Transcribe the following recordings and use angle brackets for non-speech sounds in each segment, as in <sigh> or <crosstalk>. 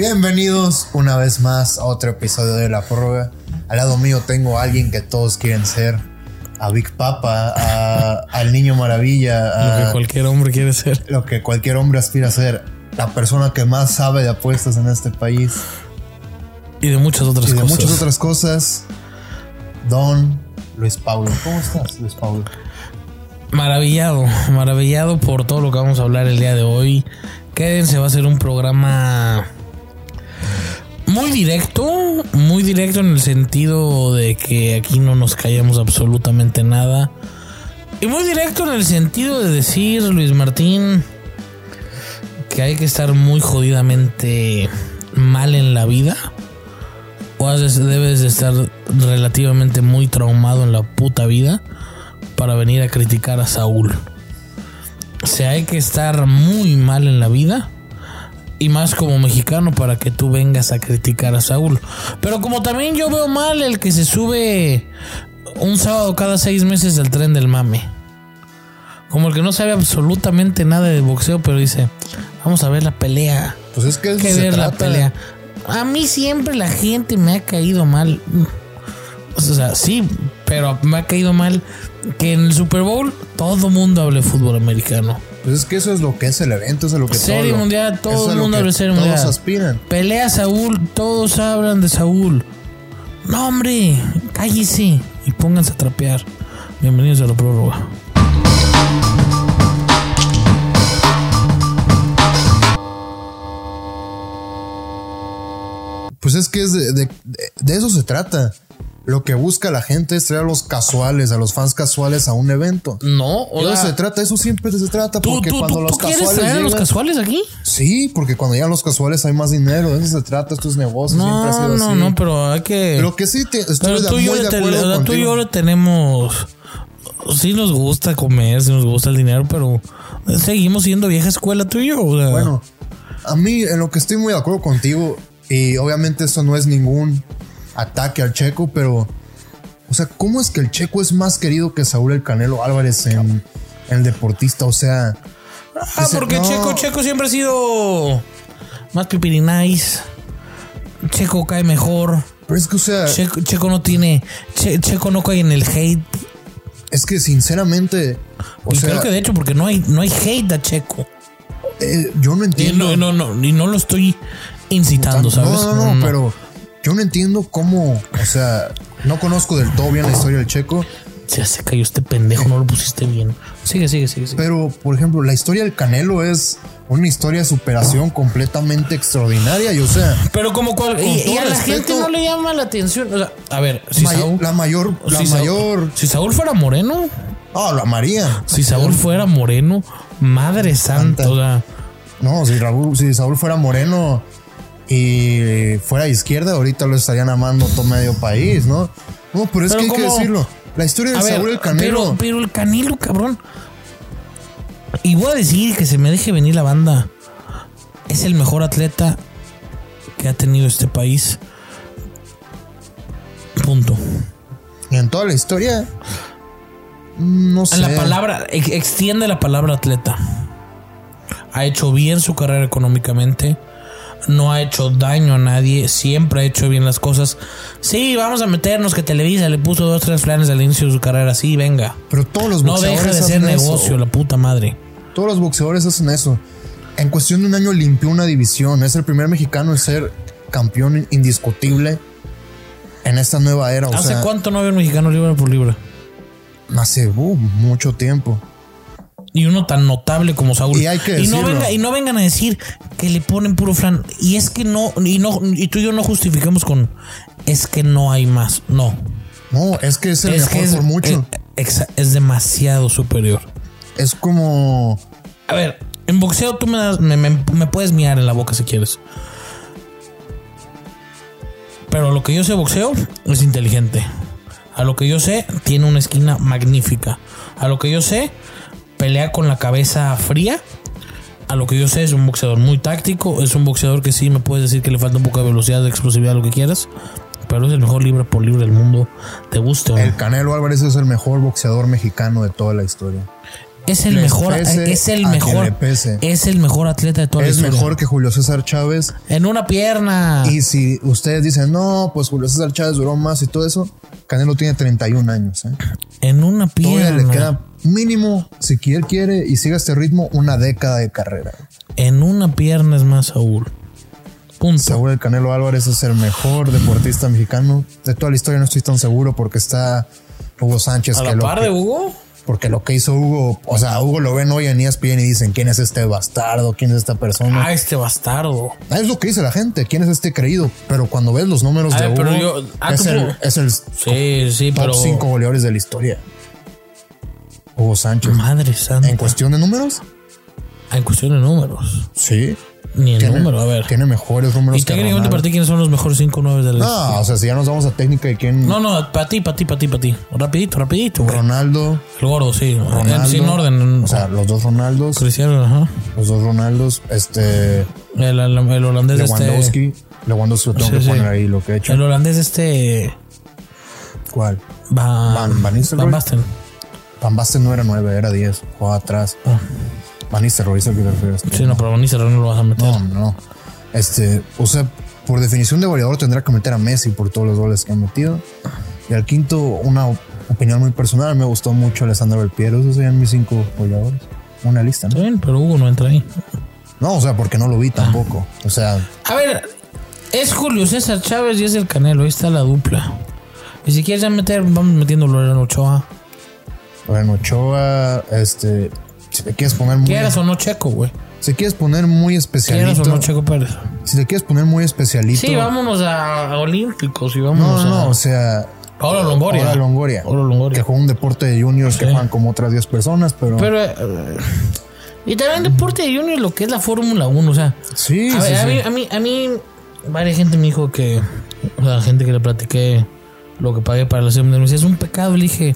Bienvenidos una vez más a otro episodio de La Prórroga. Al lado mío tengo a alguien que todos quieren ser. A Big Papa, a- al Niño Maravilla, a Lo que cualquier hombre quiere ser. lo que cualquier hombre aspira a ser. La persona que más sabe de apuestas en este país. Y de muchas otras y de cosas. muchas otras cosas. Don Luis Paulo. ¿Cómo estás, Luis Paulo? Maravillado, maravillado por todo lo que vamos a hablar el día de hoy. Quédense, va a ser un programa muy directo, muy directo en el sentido de que aquí no nos callamos absolutamente nada. Y muy directo en el sentido de decir, Luis Martín, que hay que estar muy jodidamente mal en la vida. O has de- debes de estar relativamente muy traumado en la puta vida para venir a criticar a Saúl. O sea, hay que estar muy mal en la vida. Y más como mexicano para que tú vengas a criticar a Saúl. Pero como también yo veo mal el que se sube un sábado cada seis meses al tren del mame. Como el que no sabe absolutamente nada de boxeo, pero dice, vamos a ver la pelea. Pues es que, Hay que se ver la trata- pelea. A mí siempre la gente me ha caído mal. O sea, sí, pero me ha caído mal que en el Super Bowl todo mundo hable fútbol americano. Pues es que eso es lo que es el evento, eso es lo que Serie todo lo- mundial, eso todo es el lo mundo que habla de serie todos mundial. aspiran. Pelea Saúl, todos hablan de Saúl. No, hombre, cállese y pónganse a trapear. Bienvenidos a la prórroga. Pues es que es de, de- de- de eso se trata. Lo que busca la gente es traer a los casuales, a los fans casuales a un evento. No, De eso se trata, eso siempre se trata. ¿tú, porque tú- cuando tú- los tú quieres casuales. traer a los llegan- casuales aquí? Sí, porque cuando llegan los casuales hay más dinero. De eso se trata, estos negocios siempre ha No, sido no, así. no, pero hay que... Pero que sí, te, estoy Pero de- tú y, yo muy le de te- acuerdo o sea, tú y yo contigo. le tenemos. Sí, nos gusta comer, sí nos gusta el dinero, pero seguimos siendo vieja escuela tú y yo. o sea. Bueno, a mí en lo que estoy muy de acuerdo contigo, y obviamente esto no es ningún ataque al checo, pero, o sea, ¿cómo es que el checo es más querido que Saúl el Canelo Álvarez en, en el deportista? O sea, ah, dice, porque no. Checo, Checo siempre ha sido más pipirinais. Checo cae mejor. pero es que, o sea, Checo, Checo no tiene. Che- Checo no cae en el hate. es que sinceramente, o y sea, creo que de hecho, porque no hay, no hay hate a Checo. eh, yo no Y entiendo. no, no, no, y no lo estoy incitando, ¿sabes? No, no, no, pero yo no entiendo cómo, o sea, no conozco del todo bien la historia del checo. Ya se cayó este pendejo, no lo pusiste bien. Sigue, sigue, sigue. sigue. Pero, por ejemplo, la historia del Canelo es una historia de superación completamente extraordinaria. Y, o sea, Pero como cual. Y, todo y a la respeto- gente no le llama la atención. O sea, a ver, si may- Saúl. la mayor, la si Saúl- mayor. si Saúl fuera moreno. Ah, la María. Si Saúl fuera moreno. Madre santa. O sea, No, si, Raúl, si Saúl fuera moreno y fuera de izquierda, ahorita lo estarían amando todo medio país, ¿no? No, pero es Pero que hay que ¿cómo? decirlo. La historia a del ver, Saúl el Canelo. Pero, pero el canelo, cabrón. Y voy a decir que se me deje venir la banda. Es el mejor atleta que ha tenido este país. Punto. en toda la historia. No sé. La palabra, ex- extiende la palabra atleta. Ha hecho bien su carrera económicamente. No ha hecho daño a nadie. Siempre ha hecho bien las cosas. Sí, vamos a meternos que Televisa le puso dos, tres planes al inicio de su carrera. Sí, venga. Pero todos los No boxeadores deja de ser hacen Pues eso. negocio, la puta madre. Todos los boxeadores hacen eso. En cuestión de un año limpió una división. Es el primer mexicano en ser campeón indiscutible en esta nueva era. O ¿Hace sea, cuánto no había un mexicano libra por libra? hace uh, mucho tiempo. Y uno tan notable como Saúl. Y hay que no decirlo. venga, y no vengan a decir que le ponen puro flan. Y es que no, y no, y tú y yo no justificamos con es que no hay más. No. No, es que es el mejor por mucho. Es, exa- es demasiado superior. Es como. A ver, en boxeo tú me, das- me, me- me puedes mirar en la boca si quieres. Pero lo que yo sé de boxeo es inteligente. A lo que yo sé, tiene una esquina magnífica. A lo que yo sé, pelea con la cabeza fría. A lo que yo sé, es un boxeador muy táctico. Es un boxeador que sí me puedes decir que le falta un poco de velocidad, de explosividad, lo que quieras. Pero es el mejor libra por libra del mundo. Te guste o no. Ah. El Canelo Álvarez es el mejor boxeador mexicano de toda la historia. es el Les mejor, pese es el a quien le mejor, pese. es el mejor atleta de toda Es la historia. mejor que Julio César Chávez. En una pierna. Y si ustedes dicen, no, pues Julio César Chávez duró más y todo eso, Canelo tiene 31 años. ¿eh? en una pierna. Todavía le queda mínimo, si quiere, quiere y sigue este ritmo, una década de carrera. En una pierna es más Saúl. Punto. Seguro el Canelo Álvarez es el mejor deportista mexicano. De toda la historia no estoy tan seguro porque está Hugo Sánchez. a que la lo par que- de Hugo. Porque lo que hizo Hugo, o sea, a Hugo lo ven hoy en E ESPN y dicen, ¿quién es este bastardo? ¿Quién es esta persona? Ah, este bastardo. Ah, Es lo que dice la gente, ¿quién es este creído? Pero cuando ves los números Ah, de Hugo, pero yo- ah, es, tú- el, es el Sí, sí, pero. top 5 goleadores de la historia. Hugo Sánchez. Madre santa. En cuestión de números, En cuestión de números. sí. Ni el Tiene, número, a ver. tiene mejores números Y que técnicamente Ronaldo. para ti, ¿quiénes son los mejores 5 9 de la No, o sea, si ya nos vamos a técnica de quién... No, no, para ti, para ti, para ti, para ti. Rapidito, rapidito, güey. Ronaldo, El gordo, sí. Ronaldo. En- sin orden. O sea, los dos Ronaldos. Cristiano, ajá. Los dos Ronaldos. Este. El, el- el holandés este. Lewandowski. Lewandowski lo tengo Sí, que sí. poner ahí lo que he hecho. El holandés este. ¿Cuál? Van, Van- Van Nistelrooy. Basten. Van Basten no era 9, era 10. Jugaba atrás. Van Nistelrooy es el que te refieres. Sí, no, pero Van Nistelrooy no lo vas a meter. No, no. Este. O sea, por definición de goleador tendrá que meter a Messi por todos los goles que ha metido. Y al quinto, una op- opinión muy personal. Me gustó mucho Alessandro Del Piero. Esos serían mis cinco goleadores. Una lista, Está ¿no? bien, pero Hugo no entra ahí. No, o sea, porque no lo vi tampoco. O sea, A ver, es Julio César Chávez y es el Canelo. Ahí está la dupla. Y si quieres ya meter, vamos metiendo Loreno Ochoa. Bueno, Ochoa, este, si te quieres poner muy, Quieras o no Checo, güey. si quieres poner muy Quieras especialito, o no Checo Pérez. si te quieres poner muy especialito, Sí, vámonos a, a Olímpicos y no, vámonos no, no, a... o sea, Ahora Longoria. Paola Longoria, Paola Longoria. que juega un deporte de juniors que juegan como otras 10 personas, pero, Pero... eh, y también deporte de junior lo que es la Fórmula 1, o sea... sí, A, sí, ver, a sí. mí, a mí, a mí, varias gente me dijo que, o sea, gente que le platiqué lo que pagué para la segunda me decía, es un pecado. Le dije,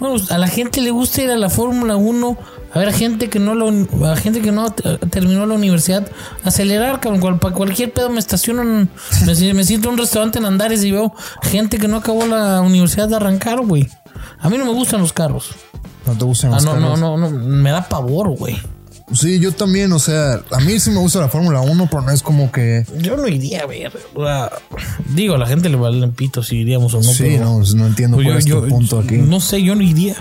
bueno, a la gente le gusta ir a la Fórmula 1, a ver, a gente que no, la uni- a gente que no te- terminó la universidad, acelerar, cabrón, cual- pa' cualquier pedo me estacionan, me, si- me siento en un restaurante en Andares y veo gente que no acabó la universidad de arrancar, güey. A mí no me gustan los carros. no te gustan Ah, los no, no, carros. no, no, me da pavor, güey. Sí, yo también, o sea, a mí sí me gusta la Fórmula 1, pero no es como que, Yo no iría a ver. o sea, digo, a la gente le valen pito si iríamos o no. sí, pero- no, no entiendo cuál Pues es yo- tu yo- punto aquí. No sé, yo no iría.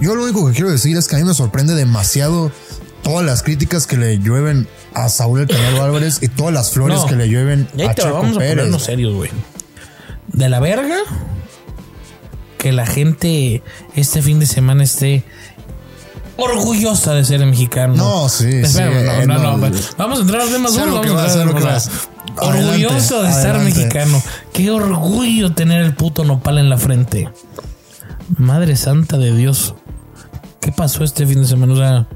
Yo lo único que quiero decir es que a mí me sorprende demasiado todas las críticas que le llueven a Saúl El Canelo Álvarez y todas las flores No. que le llueven Y a eh. ahí te va, Checo vamos a Pérez. ponernos serios, güey. De la verga que la gente este fin de semana esté orgullosa de ser mexicano. No, sí, Espérame, sí, no, eh, no, no. no, pero Vamos a entrar a los temas Sé duros, lo que vamos a vas, entrar a los sé temas. lo que vas. Orgulloso de Adelante, ser adelante. mexicano. Qué orgullo tener el puto nopal en la frente. Madre santa de Dios. ¿Qué pasó este fin de semana? O sea,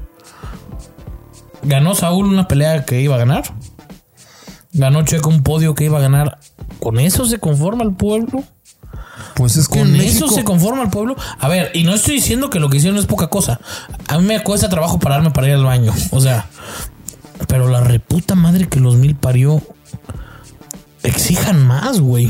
ganó Saúl una pelea que iba a ganar. Ganó Checo un podio que iba a ganar. ¿Con eso se conforma el pueblo? Pues es que Con en eso México, se conforma el pueblo. A ver, y no estoy diciendo que lo que hicieron es poca cosa. A mí me cuesta trabajo pararme para ir al baño. O sea, pero la reputa madre que los mil parió. Exijan más, güey.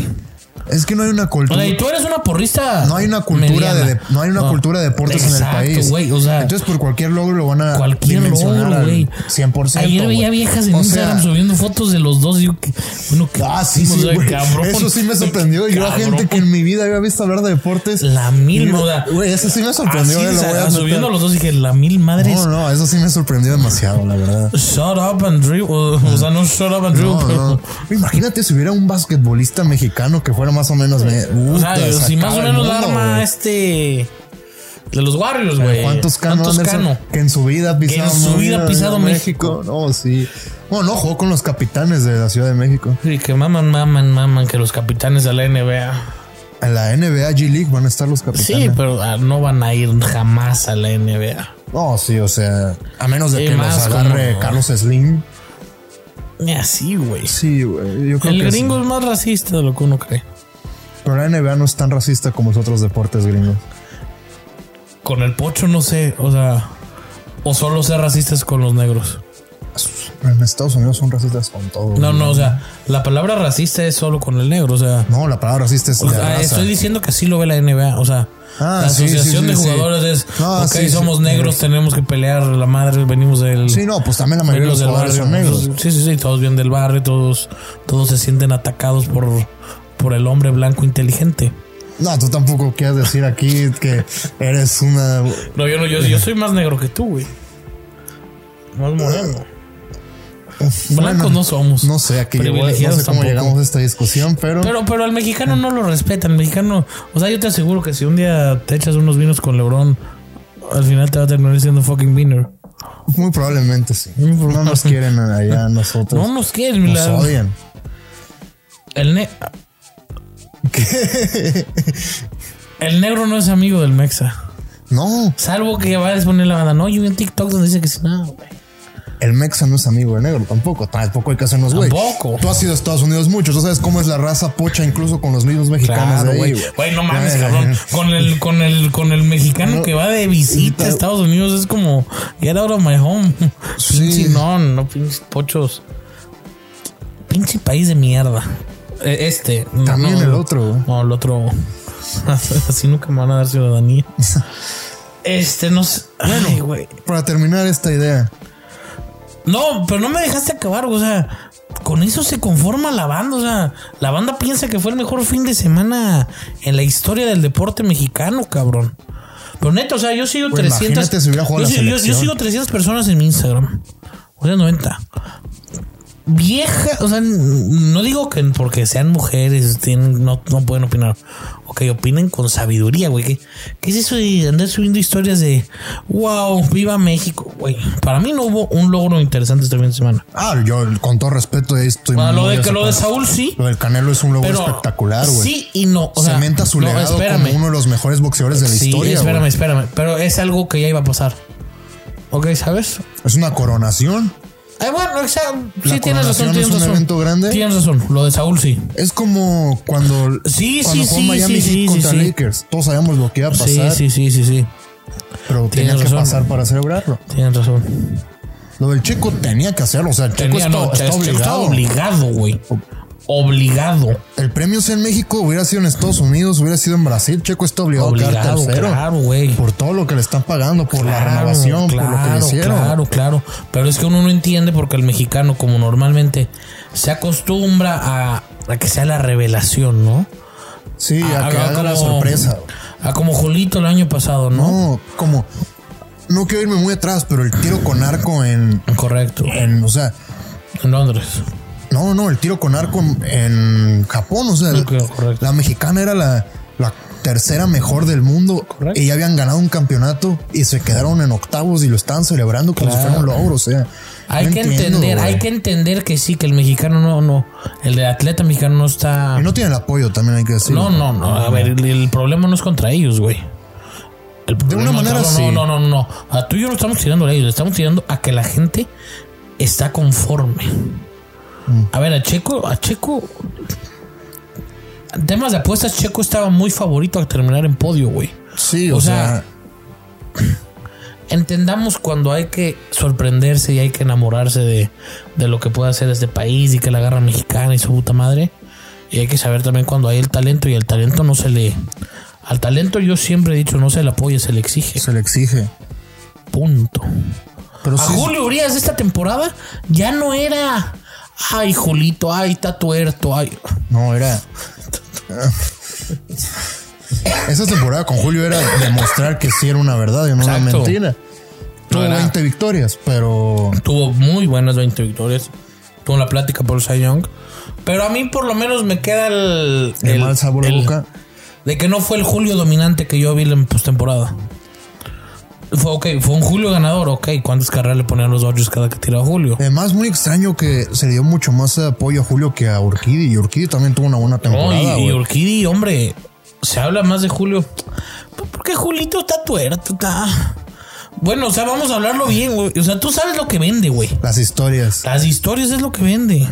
es que no hay una O cultura. sea, y tú eres una porrista. No hay una cultura de, mediana. de- no hay una cultura de deportes Exacto, en el país. güey, o sea, Entonces por cualquier logro lo van a cualquier dimensionar logro, al güey. 100%. Ayer veía güey. viejas en O Instagram sea, subiendo fotos de los dos. Y yo, que, bueno, que- Ah, sí, sí, o sea, güey. cabrón. Eso sí me sorprendió. Yo a gente Cabrón. que en mi vida había visto hablar de deportes. La mil Yo- moda. Güey, eso sí me sorprendió. Así, eh, o lo sea, voy a subiendo aceptar. los dos dije, la mil madres. No, no, eso sí me sorprendió demasiado, la verdad. Shut up and dribble. O sea, no shut up and dribble, No, pero. <laughs> no. Imagínate si hubiera un basquetbolista mexicano que fuera más o menos. me- O sea, Puta, si más o sacaba el menos la mundo, arma güey. este. De los Warriors, güey. ¿Cuántos Cano ¿Cuántos Anderson? Cano? Que en su vida ha en pisado, su vida ha pisado No, sí. Bueno, no, jugó con los capitanes de la Ciudad de México. Sí, que maman, maman, maman, que los capitanes de la NBA. En la NBA G League van a estar los Sí, capitanes. pero ah, no van a ir jamás a la NBA. No, sí, o sea, a menos de Sí, que los más agarre como- Carlos Slim. Ni así, güey. Sí, güey. Yo creo El que sí. gringo es más racista de lo que uno cree. Pero la NBA no es tan racista como los otros deportes gringos. Con el pocho, no sé. O sea, o solo ser racistas con los negros. En Estados Unidos son racistas con todo. No, güey. no, o sea, La palabra racista es solo con el negro, o sea. No, la palabra racista es o de sea, raza. estoy diciendo que así lo ve la NBA, o sea. Ah, la sí, sí, asociación sí, de sí. jugadores es, No, ok, sí, sí, somos sí. negros, tenemos que pelear la madre, venimos del... Sí, no, pues también la mayoría de los del jugadores barrio. son negros. Sí, sí, sí, todos vienen del barrio, todos, todos se sienten atacados por, por el hombre blanco inteligente. No, tú tampoco quieres decir aquí que eres una. No, yo no, yo, yo soy más negro que tú, güey. Más moreno. Blancos no somos. No sé, aquí llegó- no sé cómo Privilegiados tampoco. llegamos a esta discusión, pero. Pero, pero al mexicano no lo respetan. El mexicano, o sea, yo te aseguro que si un día te echas unos vinos con Lebrón, al final te va a terminar siendo fucking winner. Muy probablemente sí. No nos quieren <laughs> allá a nosotros. No nos quieren, nos la- odian. el, ne- ¿Qué? <laughs> el negro no es amigo del mexa. No, Salvo que va a poner la banda. No, yo vi un TikTok donde dice que sí, no, güey. el mexa no es amigo del negro tampoco. Tampoco hay que hacernos güey. Tampoco. Tú has ido a Estados Unidos mucho. Tú sabes cómo es la raza pocha, incluso con los mismos mexicanos Claro, de ahí, güey. Güey, no mames, Ay, <laughs> cabrón. Con el, con el, con el mexicano que va de visita a Estados Unidos es como get out of my home. Sí. Pinche no, no, pinches pochos. Pinche país de mierda. E- Este. no, También no, el otro, güey. No, el otro. <laughs> Así nunca me van a dar ciudadanía. Este, no sé. Ay, güey. Para terminar esta idea. No, pero no me dejaste acabar, o sea, con eso se conforma la banda, o sea, la banda piensa que fue el mejor fin de semana en la historia del deporte mexicano, cabrón. Pero neto, o sea, yo sigo Güey, 300 Pues imagínate si hubiera jugado yo, la sigo- yo- yo selección. sigo 300 personas en mi Instagram. O sea, 90. Vieja, o sea, no digo que porque sean mujeres tienen- no, no pueden opinar. Ok, opinen con sabiduría, güey. ¿Qué, qué es eso de andar subiendo historias de wow, viva México, güey? Para mí no hubo un logro interesante este fin de semana. Ah, yo con todo respeto estoy Bueno, lo muy de, que lo de desaparecido. Saúl sí, Lo del Canelo es un logro pero. espectacular, güey. Sí y no. O sea, Cementa su no, legado espérame. como uno de los mejores boxeadores de la Sí, historia. espérame, güey. espérame. Pero es algo que ya iba a pasar. Ok, ¿sabes? Es una coronación. Ay, bueno, o sea, sí coronación tienes razón, es tienes un razón. evento grande. Tienes razón, lo de Saúl sí. Es como cuando, Sí, cuando sí, jugó sí, Miami sí, Heat sí, contra sí, sí. Lakers. Todos sabíamos lo que iba a pasar, Sí, sí, sí, sí, sí. pero tenía que razón. pasar para celebrarlo. Tienes razón. Lo del Checo tenía que hacerlo. O sea, el Checo Tenía, está, no, está es- está obligado. obligado, güey. Obligado. El premio sea en México, hubiera sido en Estados Unidos, hubiera sido en Brasil. Checo está obligado, a quedar Obligado, tercero. claro, güey. Por todo lo que le están pagando, por la renovación, por lo que le hicieron. Claro, claro. Pero es que uno no entiende porque el mexicano, como normalmente, se acostumbra a, a que sea la revelación, ¿no? Sí, Ah, a que ah, haga la como- sorpresa. A como Julito el año pasado, ¿no? No, como. No quiero irme muy atrás, pero el tiro con arco en. Correcto. en o sea, En Londres. no, no, el tiro con arco en, en Japón. O sea, Ok, correcto. la mexicana era la, la tercera mejor del mundo Correcto. y ya habían ganado un campeonato y se quedaron en octavos y lo estaban celebrando como si Claro. fuera un logro. O sea, Hay no que entiendo, entender, güey. hay que entender que sí, que el mexicano no, no, el del atleta mexicano no está. Y no tienen el apoyo, también hay que decirlo. No, no, no. Ah, A ver, el, el problema no es contra ellos, güey. El problema- manera, no, no, sí. No, no, no, no. A tú y yo no estamos tirando a ellos, le estamos tirando a que la gente está conforme. Mm. A ver, a Checo, a Checo. En temas de apuestas, Checo estaba muy favorito a terminar en podio, güey. Sí, o, o sea, sea, Entendamos cuando hay que sorprenderse y hay que enamorarse de, de lo que puede hacer este país y que la garra mexicana y su puta madre. Y hay que saber también cuando hay el talento y el talento no se le... Al talento yo siempre he dicho no se le apoya, se le exige. se le exige. Punto. Pero A sí, Julio Urias de esta temporada ya no era... Ay, Julito, ay, está tuerto, ay... no, era. Esa temporada con Julio era demostrar que sí era una verdad y no una Exacto. mentira. Tuvo era- 20 victorias, pero Tuvo muy buenas 20 victorias. Tuvo la plática por Cy Young. Pero a mí por lo menos me queda el... el, mal sabor de el- boca. De que no fue el Julio dominante que yo vi en postemporada. Fue, ok, fue un Julio ganador, ok. ¿Cuántas carreras le ponían los Dodgers cada que tiraba Julio? Además, muy extraño que se le dio mucho más apoyo a Julio que a Urquidi. Y Urquidi también tuvo una buena No, y, temporada. y güey. Urquidi, hombre, se habla más de Julio. Pues porque Julito está tuerto, está. Bueno, o sea, vamos a hablarlo bien, güey. O sea, tú sabes lo que vende, güey. Las historias. Las historias es lo que vende.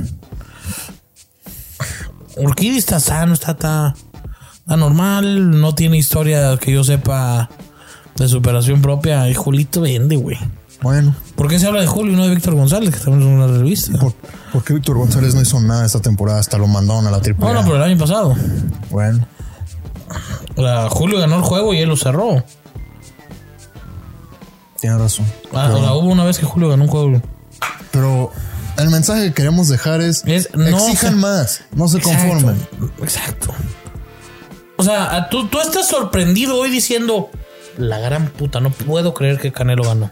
Urquidi está sano, está, está, está normal, no tiene historia que yo sepa de superación propia. Y Julito vende, güey. Bueno, ¿Por qué se habla de Julio y no de Víctor González, que también es una revista? ¿Por, por qué Víctor González no hizo nada esta temporada? Hasta lo mandaron a la triple. No, no, pero el año pasado. Bueno, O sea, Julio ganó el juego y él lo cerró. tiene razón. Ah, o sea, pero, hubo una vez que Julio ganó un juego. pero el mensaje que queremos dejar es: Es no exijan se- más, no se Exacto, conformen. Exacto. O sea, a- tú, tú estás sorprendido hoy diciendo, la gran puta, no puedo creer que Canelo ganó.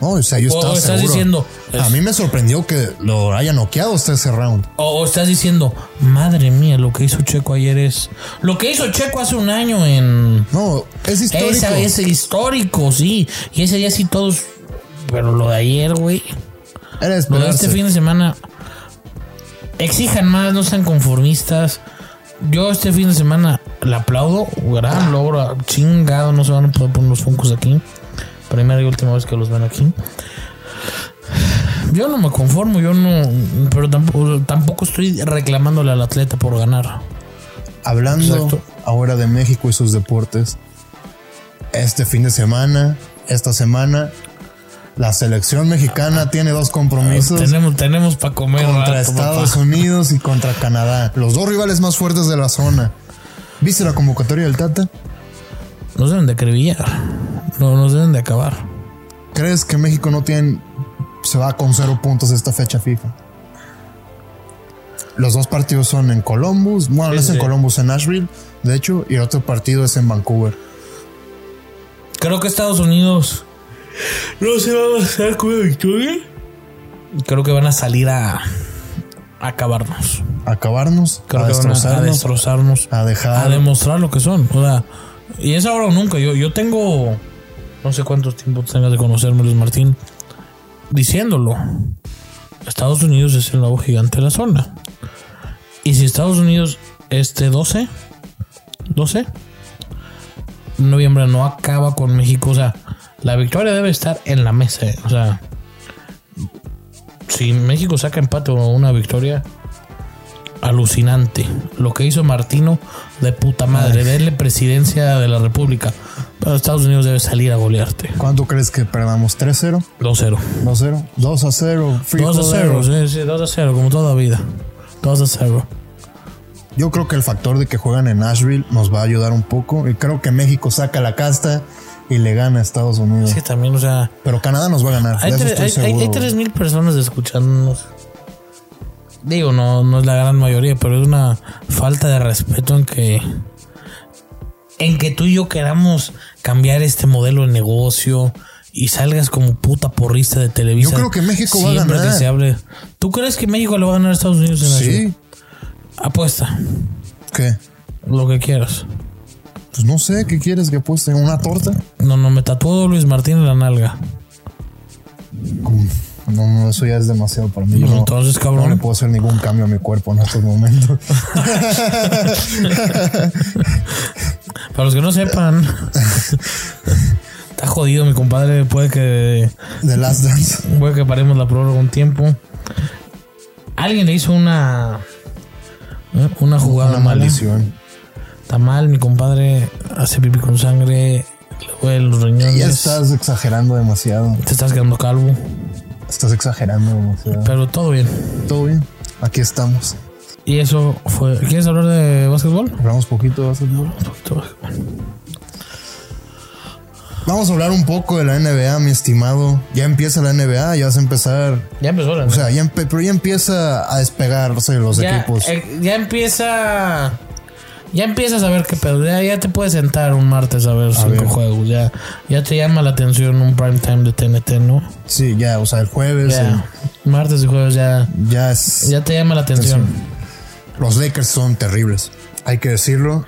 No, o sea, yo O- estaba o estás seguro. diciendo, A mí me sorprendió que lo haya noqueado hasta ese round. O, o estás diciendo, madre mía, lo que hizo Checo ayer es... Lo que hizo Checo hace un año en... No, es histórico. Esa es histórico, sí. Y ese día sí todos... Pero lo de ayer, güey. Era de Lo de este esperarse. fin de semana. Exijan más, no sean conformistas. Yo este fin de semana le aplaudo. Gran logro. Chingado, no se van a poder poner los funcos aquí. Primera y última vez que los ven aquí. Yo no me conformo, yo no. Pero tampoco, tampoco estoy reclamándole al atleta por ganar. Hablando Exacto. ahora de México y sus deportes, este fin de semana, esta semana, la selección Ah, mexicana tiene dos compromisos Tenemos, tenemos para comer. contra rato, papá. Estados Unidos y contra Canadá, los dos rivales más fuertes de la zona. ¿Viste la convocatoria del Tata? Nos deben de acribillar. No, nos deben de acabar. ¿Crees que México no tiene se va con cero puntos esta fecha FIFA? Los dos partidos son en Columbus, bueno, no es en sí. Columbus, en Nashville, de hecho, y otro partido es en Vancouver. Creo que Estados Unidos no se va a basar con una victoria. Creo que van a salir a, a acabarnos. Acabarnos, Creo a que van a, a destrozarnos, destrozarnos. a A dejar. demostrar lo que son. O sea, y es ahora o nunca. Yo, yo tengo. No sé cuánto tiempo tengas de conocerme, Luis Martín. Diciéndolo. Estados Unidos es el nuevo gigante de la zona. Y si Estados Unidos este 12, 12, noviembre no acaba con México. O sea, la victoria debe estar en la mesa. eh. O sea, si México saca empate o una victoria, alucinante. Lo que hizo Martino de puta madre, denle presidencia de la República. Pero Estados Unidos debe salir a golearte. ¿Cuánto crees que perdamos? ¿3-0? 2-0. 2-0, 2 a 0, 2 a 0, sí, sí, 2 a 0, como toda vida. 2 a 0. Yo creo que el factor de que juegan en Nashville nos va a ayudar un poco y creo que México saca la casta y le gana a Estados Unidos. Es que también, o sea, Pero Canadá nos va a ganar, hay de eso tres- estoy hay- hay- seguro. hay güey. 3.000 personas escuchándonos. Digo, no, no es la gran mayoría, pero es una falta de respeto en que. En que tú y yo queramos cambiar este modelo de negocio y salgas como puta porrista de Televisa. Yo creo que México va a Siempre ganar. que se hable. ¿Tú crees que México le va a ganar a Estados Unidos en la ciudad? Sí, Apuesta, ¿qué? lo que quieras. Pues no sé, ¿qué quieres que apueste? ¿Una torta? No, no, me tatuó Luis Martín en la nalga. Como- No, no, eso ya es demasiado para mí. Yo no- Pues Entonces, cabrón. No le puedo hacer ningún cambio a mi cuerpo en estos momentos. <laughs> Para los que <laughs> no sepan, está jodido mi compadre. Puede que, De Last Dance. puede que paremos la prórroga un tiempo. Alguien le hizo una ¿eh? una jugada Una mala. maldición. Está mal, mi compadre hace pipí con sangre, le huele los riñones. Ya estás exagerando demasiado. Te estás quedando calvo, Estás exagerando demasiado. pero todo bien. Todo bien. Aquí estamos. Y eso fue. ¿Quieres hablar de básquetbol? Hablamos poquito de básquetbol. Un poquito de básquetbol. Vamos a hablar un poco de la NBA, mi estimado. Ya empieza la NBA, ya vas a empezar. Ya empezó la O sea, ya, empe- pero ya empieza a despegarse los ya, equipos. eh, ya empieza. Ya empiezas a ver qué pedo. Ya, ya te puedes sentar un martes a ver cinco ver. juegos. Ya, ya te llama la atención un prime time de TNT, ¿no? Sí, ya, o sea, el jueves. Ya. Martes y jueves ya, el- ya es. ya te llama la atención. Los Lakers son terribles. Hay que decirlo.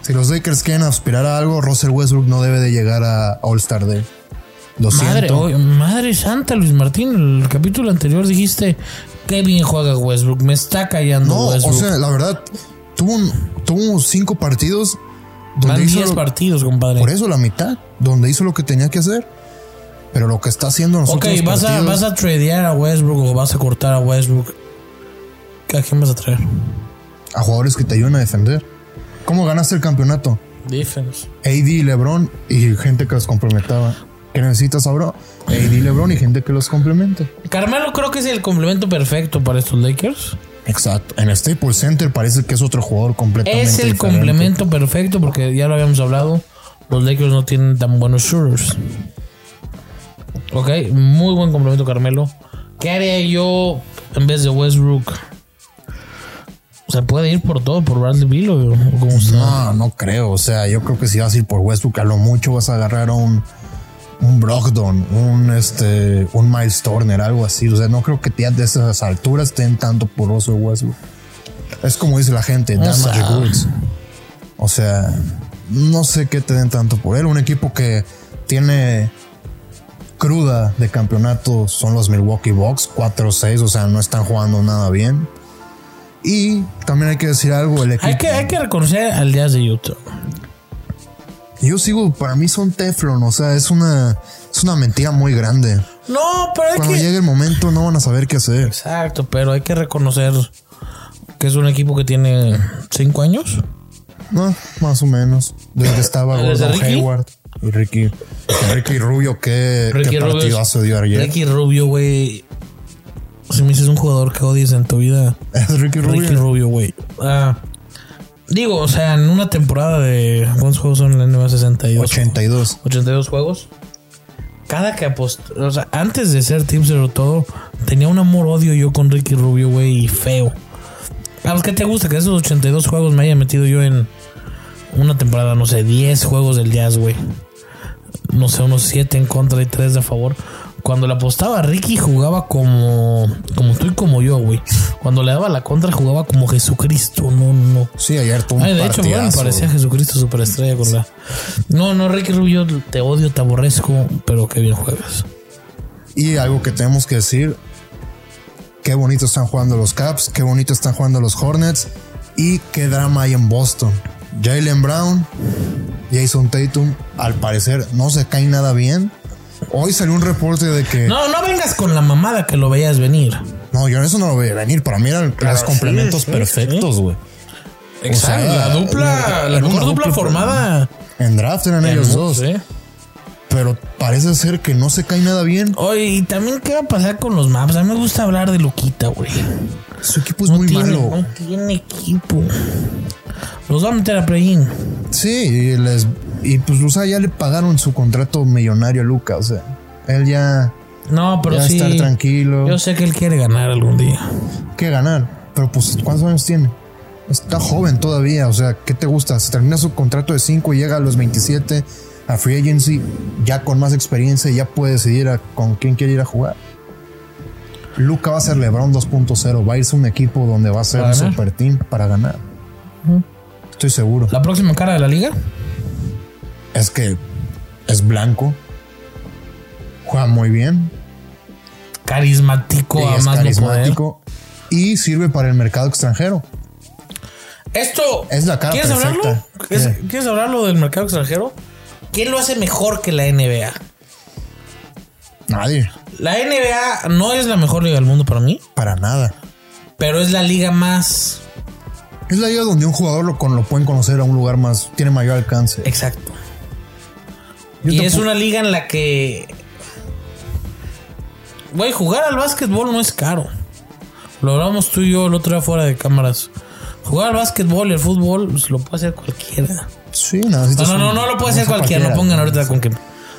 Si los Lakers quieren aspirar a algo, Russell Westbrook no debe de llegar a All-Star Day. Lo Madre, siento. oye, madre santa, Luis Martín. El capítulo anterior dijiste qué bien juega Westbrook. Me está callando no, o Westbrook. sea, la verdad, tuvo, un- tuvo cinco partidos donde Van hizo 10 lo- partidos, compadre. por eso la mitad, donde hizo lo que tenía que hacer. Pero lo que está haciendo en los Ok, últimos vas a, partidos- vas a tradear a Westbrook o vas a cortar a Westbrook. ¿A quién vas a traer? a jugadores que te ayuden a defender. ¿Cómo ganaste el campeonato? Defense. AD, LeBron y gente que los comprometaba. que necesitas ahora AD LeBron y gente que los complemente. Carmelo creo que es el complemento perfecto para estos Lakers. Exacto. En Staples Center parece que es otro jugador completamente. Es el diferente. complemento perfecto porque ya lo habíamos hablado. Los Lakers no tienen tan buenos shooters. Ok, muy buen complemento, Carmelo. ¿Qué haría yo en vez de Westbrook? O sea, puede ir por todo, por Bradley Beal o o como está. No, no creo. O sea, yo creo que si vas a ir por Westbrook, a lo mucho vas a agarrar a un, un Brogdon, un, este, un Miles Turner, algo así. O sea, no creo que tías de esas alturas estén tanto poroso Westbrook. Es como dice la gente, damage sea. goods. O sea, no sé qué te den tanto por él. Un equipo que tiene cruda de campeonato son los Milwaukee Bucks, 4-6, o sea, no están jugando nada bien. Y también hay que decir algo, el equipo... Hay que, hay que reconocer al Jazz de Utah. Yo sigo, para mí son Teflon, o sea, es una, es una mentira muy grande. No, pero hay Cuando que. llegue el momento no van a saber qué hacer. Exacto, pero hay que reconocer que es un equipo que tiene cinco años. No, más o menos. Desde que estaba ¿Desde Gordon Ricky? Hayward y Ricky. Ricky Rubio, qué, Ricky qué partidazo dio ayer. Ricky Rubio, güey. Si me dices un jugador que odies en tu vida, Es <laughs> Ricky Rubio. Ricky Rubio, güey. Ah, digo, o sea, en una temporada de. ¿Cuántos juegos son en la NBA 62? 82. 82 juegos. Cada que apost... O sea, antes de ser Team Zero todo, tenía un amor-odio yo con Ricky Rubio, güey, y feo. A los que te gusta que de esos 82 juegos me haya metido yo en una temporada, no sé, 10 juegos del Jazz, güey. No sé, unos 7 en contra y 3 a favor. Cuando le apostaba a Ricky jugaba como, como tú y como yo, güey. Cuando le daba la contra jugaba como Jesucristo, no, no. Sí, ayer tuvo un Ay, de hecho, partidazo. bueno, parecía Jesucristo superestrella con la. No, no, Ricky Rubio, te odio, te aborrezco, pero qué bien juegas. Y algo que tenemos que decir, qué bonito están jugando los Caps, qué bonito están jugando los Hornets y qué drama hay en Boston. Jalen Brown, Jason Tatum, al parecer no se caen nada bien. Hoy salió un reporte de que... No, No, no vengas con la mamada que lo veías venir. yo eso no lo veía venir. Para mí eran los complementos sí, perfectos, güey. Exacto. sea, la dupla, era la una mejor dupla dupla por- formada. En draft eran ellos en- dos. ¿eh? sí. Pero parece ser que no se cae nada bien. Oye, y también qué va a pasar con los maps. A mí me gusta hablar de Luquita, güey. Su equipo es No muy tiene, malo. no tiene equipo. Los va a meter a play-in. Sí, y, les, y pues, o sea, ya le pagaron su contrato millonario a Luca. O sea, él ya, No, pero ya sí. estar tranquilo. Yo sé que él quiere ganar algún día. Que ganar. Pero pues, ¿cuántos años tiene? Está joven todavía. O sea, ¿qué te gusta? Si termina su contrato de 5 y llega a los 27 a Free Agency, ya con más experiencia, ya puede decidir a- con quién quiere ir a jugar. Luca va a ser LeBron 2.0. Va a irse a un equipo donde va a ser Para un ganar. super team para ganar. Estoy seguro. La próxima cara de la liga. es que es blanco, juega muy bien, Carismático, y a es más no poder. carismático y sirve para el mercado extranjero. Esto. Es la cara ¿Quieres perfecta. hablarlo? ¿Quieres, ¿Qué? quieres hablarlo del mercado extranjero? ¿Quién lo hace mejor que la NBA? Nadie, La NBA no es la mejor liga del mundo para mí, para nada. pero es la liga más. Es la liga donde un jugador lo, con, lo pueden conocer a un lugar más, tiene mayor alcance. Exacto. Yo y te es pu- una liga en la que. Güey, jugar al básquetbol no es caro. Lo hablamos tú y yo el otro día fuera de cámaras. Jugar al básquetbol y al fútbol pues, lo puede hacer cualquiera. Sí, no, necesitas No, no, no, un- no lo puede hacer no cualquiera. No pongan ahorita con que.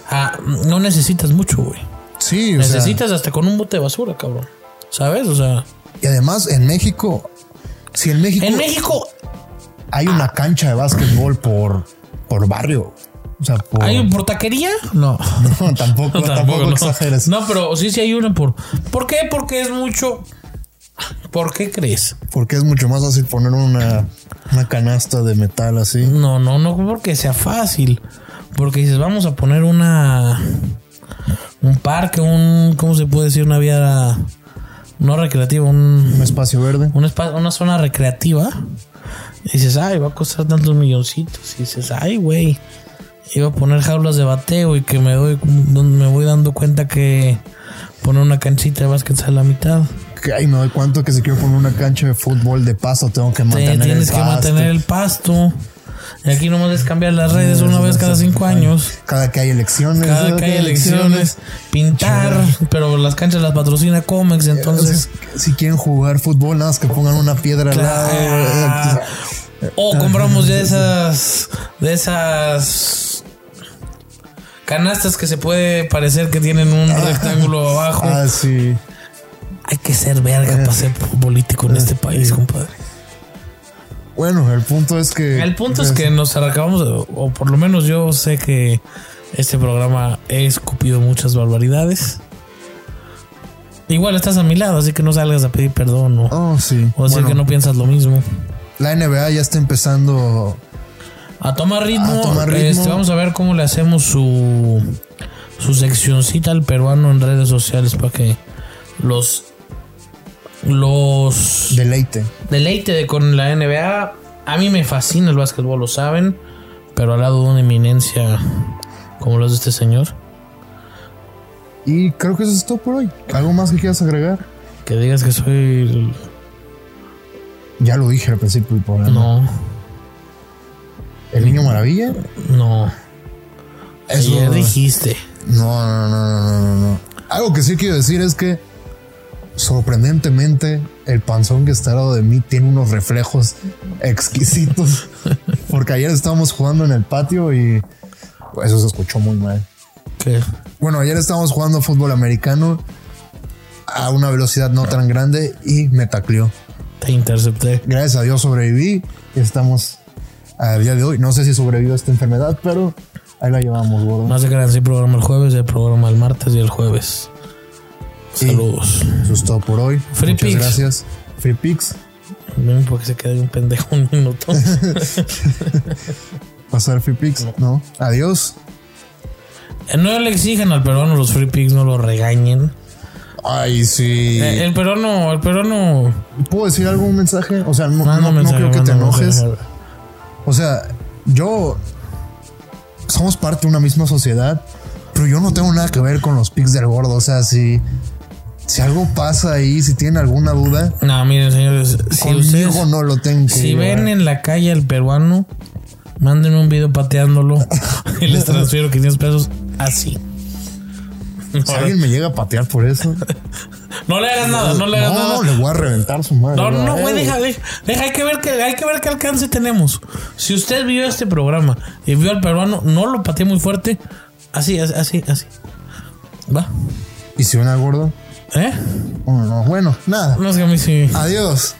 Ah, no necesitas mucho, güey. Sí, o sea, Necesitas hasta con un bote de basura, cabrón. ¿Sabes? O sea. y además en México, si en México, En México Ah. hay una cancha de básquetbol por, por barrio, o sea, por, <laughs> hay un por taquería. <laughs> No. no, tampoco, tampoco, no. exageres. No, pero sí, sí hay una por. ¿Por qué? Porque es mucho. ¿Por qué crees? Porque es mucho más fácil poner una, una canasta de metal así. No, no, no porque sea fácil. Porque dices, vamos a poner una. Un parque, un. ¿Cómo se puede decir? Una vía. No recreativa, un. Un espacio verde. un espa- una zona recreativa. Y dices, ay, va a costar tantos milloncitos. Y dices, ay, güey, iba a poner jaulas de bateo y que me doy, me voy dando cuenta que poner una canchita de básquet sale la mitad. Que, ay, me doy cuenta que si quiero poner una cancha de fútbol de paso, tengo que Te- mantener tienes el que pasto. Mm, mantener el pasto. Y aquí nomás es cambiar las redes una vez cada cinco años. Cada que hay elecciones. Cada que hay elecciones, pintar, pero las canchas las <laughs> patrocina Comex, entonces. si quieren jugar fútbol, nada más que pongan una piedra al lado. eh, Claro. O compramos ya esas. De esas. Canastas que se puede parecer que tienen un rectángulo abajo. Ah, sí. Hay que ser verga para ser político en este país, compadre. Bueno, el punto es que. El punto es que nos acabamos, de- o por lo menos yo sé que este programa he escupido muchas barbaridades. Igual estás a mi lado, así que no salgas a pedir perdón o, Oh, sí. o decir Bueno, que no piensas lo mismo. La NBA ya está empezando. A tomar ritmo, A tomar ritmo. este, vamos a ver cómo le hacemos su, su seccioncita al peruano en redes sociales para que los, los Deleite. deleite de con la NBA. A mí me fascina el básquetbol, lo saben, pero al lado de una eminencia como lo es este señor, Y creo que eso es todo por hoy. ¿Algo más que quieras agregar? que digas que soy el- Ya lo dije al principio del programa. no, ¿El niño maravilla? no. Eso- ya dijiste. No, no, no, no, no, no. Algo que sí quiero decir es que sorprendentemente el panzón que está al lado de mí tiene unos reflejos exquisitos. Porque ayer estábamos jugando en el patio y pues, eso se escuchó muy mal. que Bueno, ayer estábamos jugando fútbol americano a una velocidad no tan grande y me tacleó. te intercepté. Gracias a Dios sobreviví y estamos al día de hoy. No sé si sobrevivió a esta enfermedad, pero ahí la llevamos, gordo. No se crean, sí programa el jueves, el programa el martes y el jueves. Sí. Saludos. Eso es todo por hoy. Free Muchas picks. gracias. Free Picks. Ven, Porque se queda ahí un pendejo un <laughs> minuto. Pasar Free Picks. No. Adiós. Eh, No le exijan al peruano los free picks, no lo regañen. Ay, sí. Eh, El peruano, el peruano. ¿Puedo decir algún mensaje? O sea, no, Manda no- no mensaje, creo que te manda enojes. mensaje. O sea, yo. Somos parte de una misma sociedad, pero yo no tengo nada que ver con los picks del gordo. O sea, si. Si algo pasa ahí, si tienen alguna duda, No, miren, señores, si conmigo ustedes no eh. lo tengo. que si llevar. ven en la calle al peruano, mándenme un <laughs> video pateándolo y les transfiero 500 pesos así. Si alguien me llega a patear por eso, No le hagas nada, <laughs> no le hagas nada. no, le voy a reventar su madre. No, no, no, Eh, güey, deja, deja, deja, hay que ver que hay que ver qué alcance tenemos. Si usted vio este programa y vio al peruano, no lo pateé muy fuerte, así, así, así, así. Va, Y si ven al gordo, ¿eh? bueno, no, bueno, nada. No es que a mí sí. Adiós.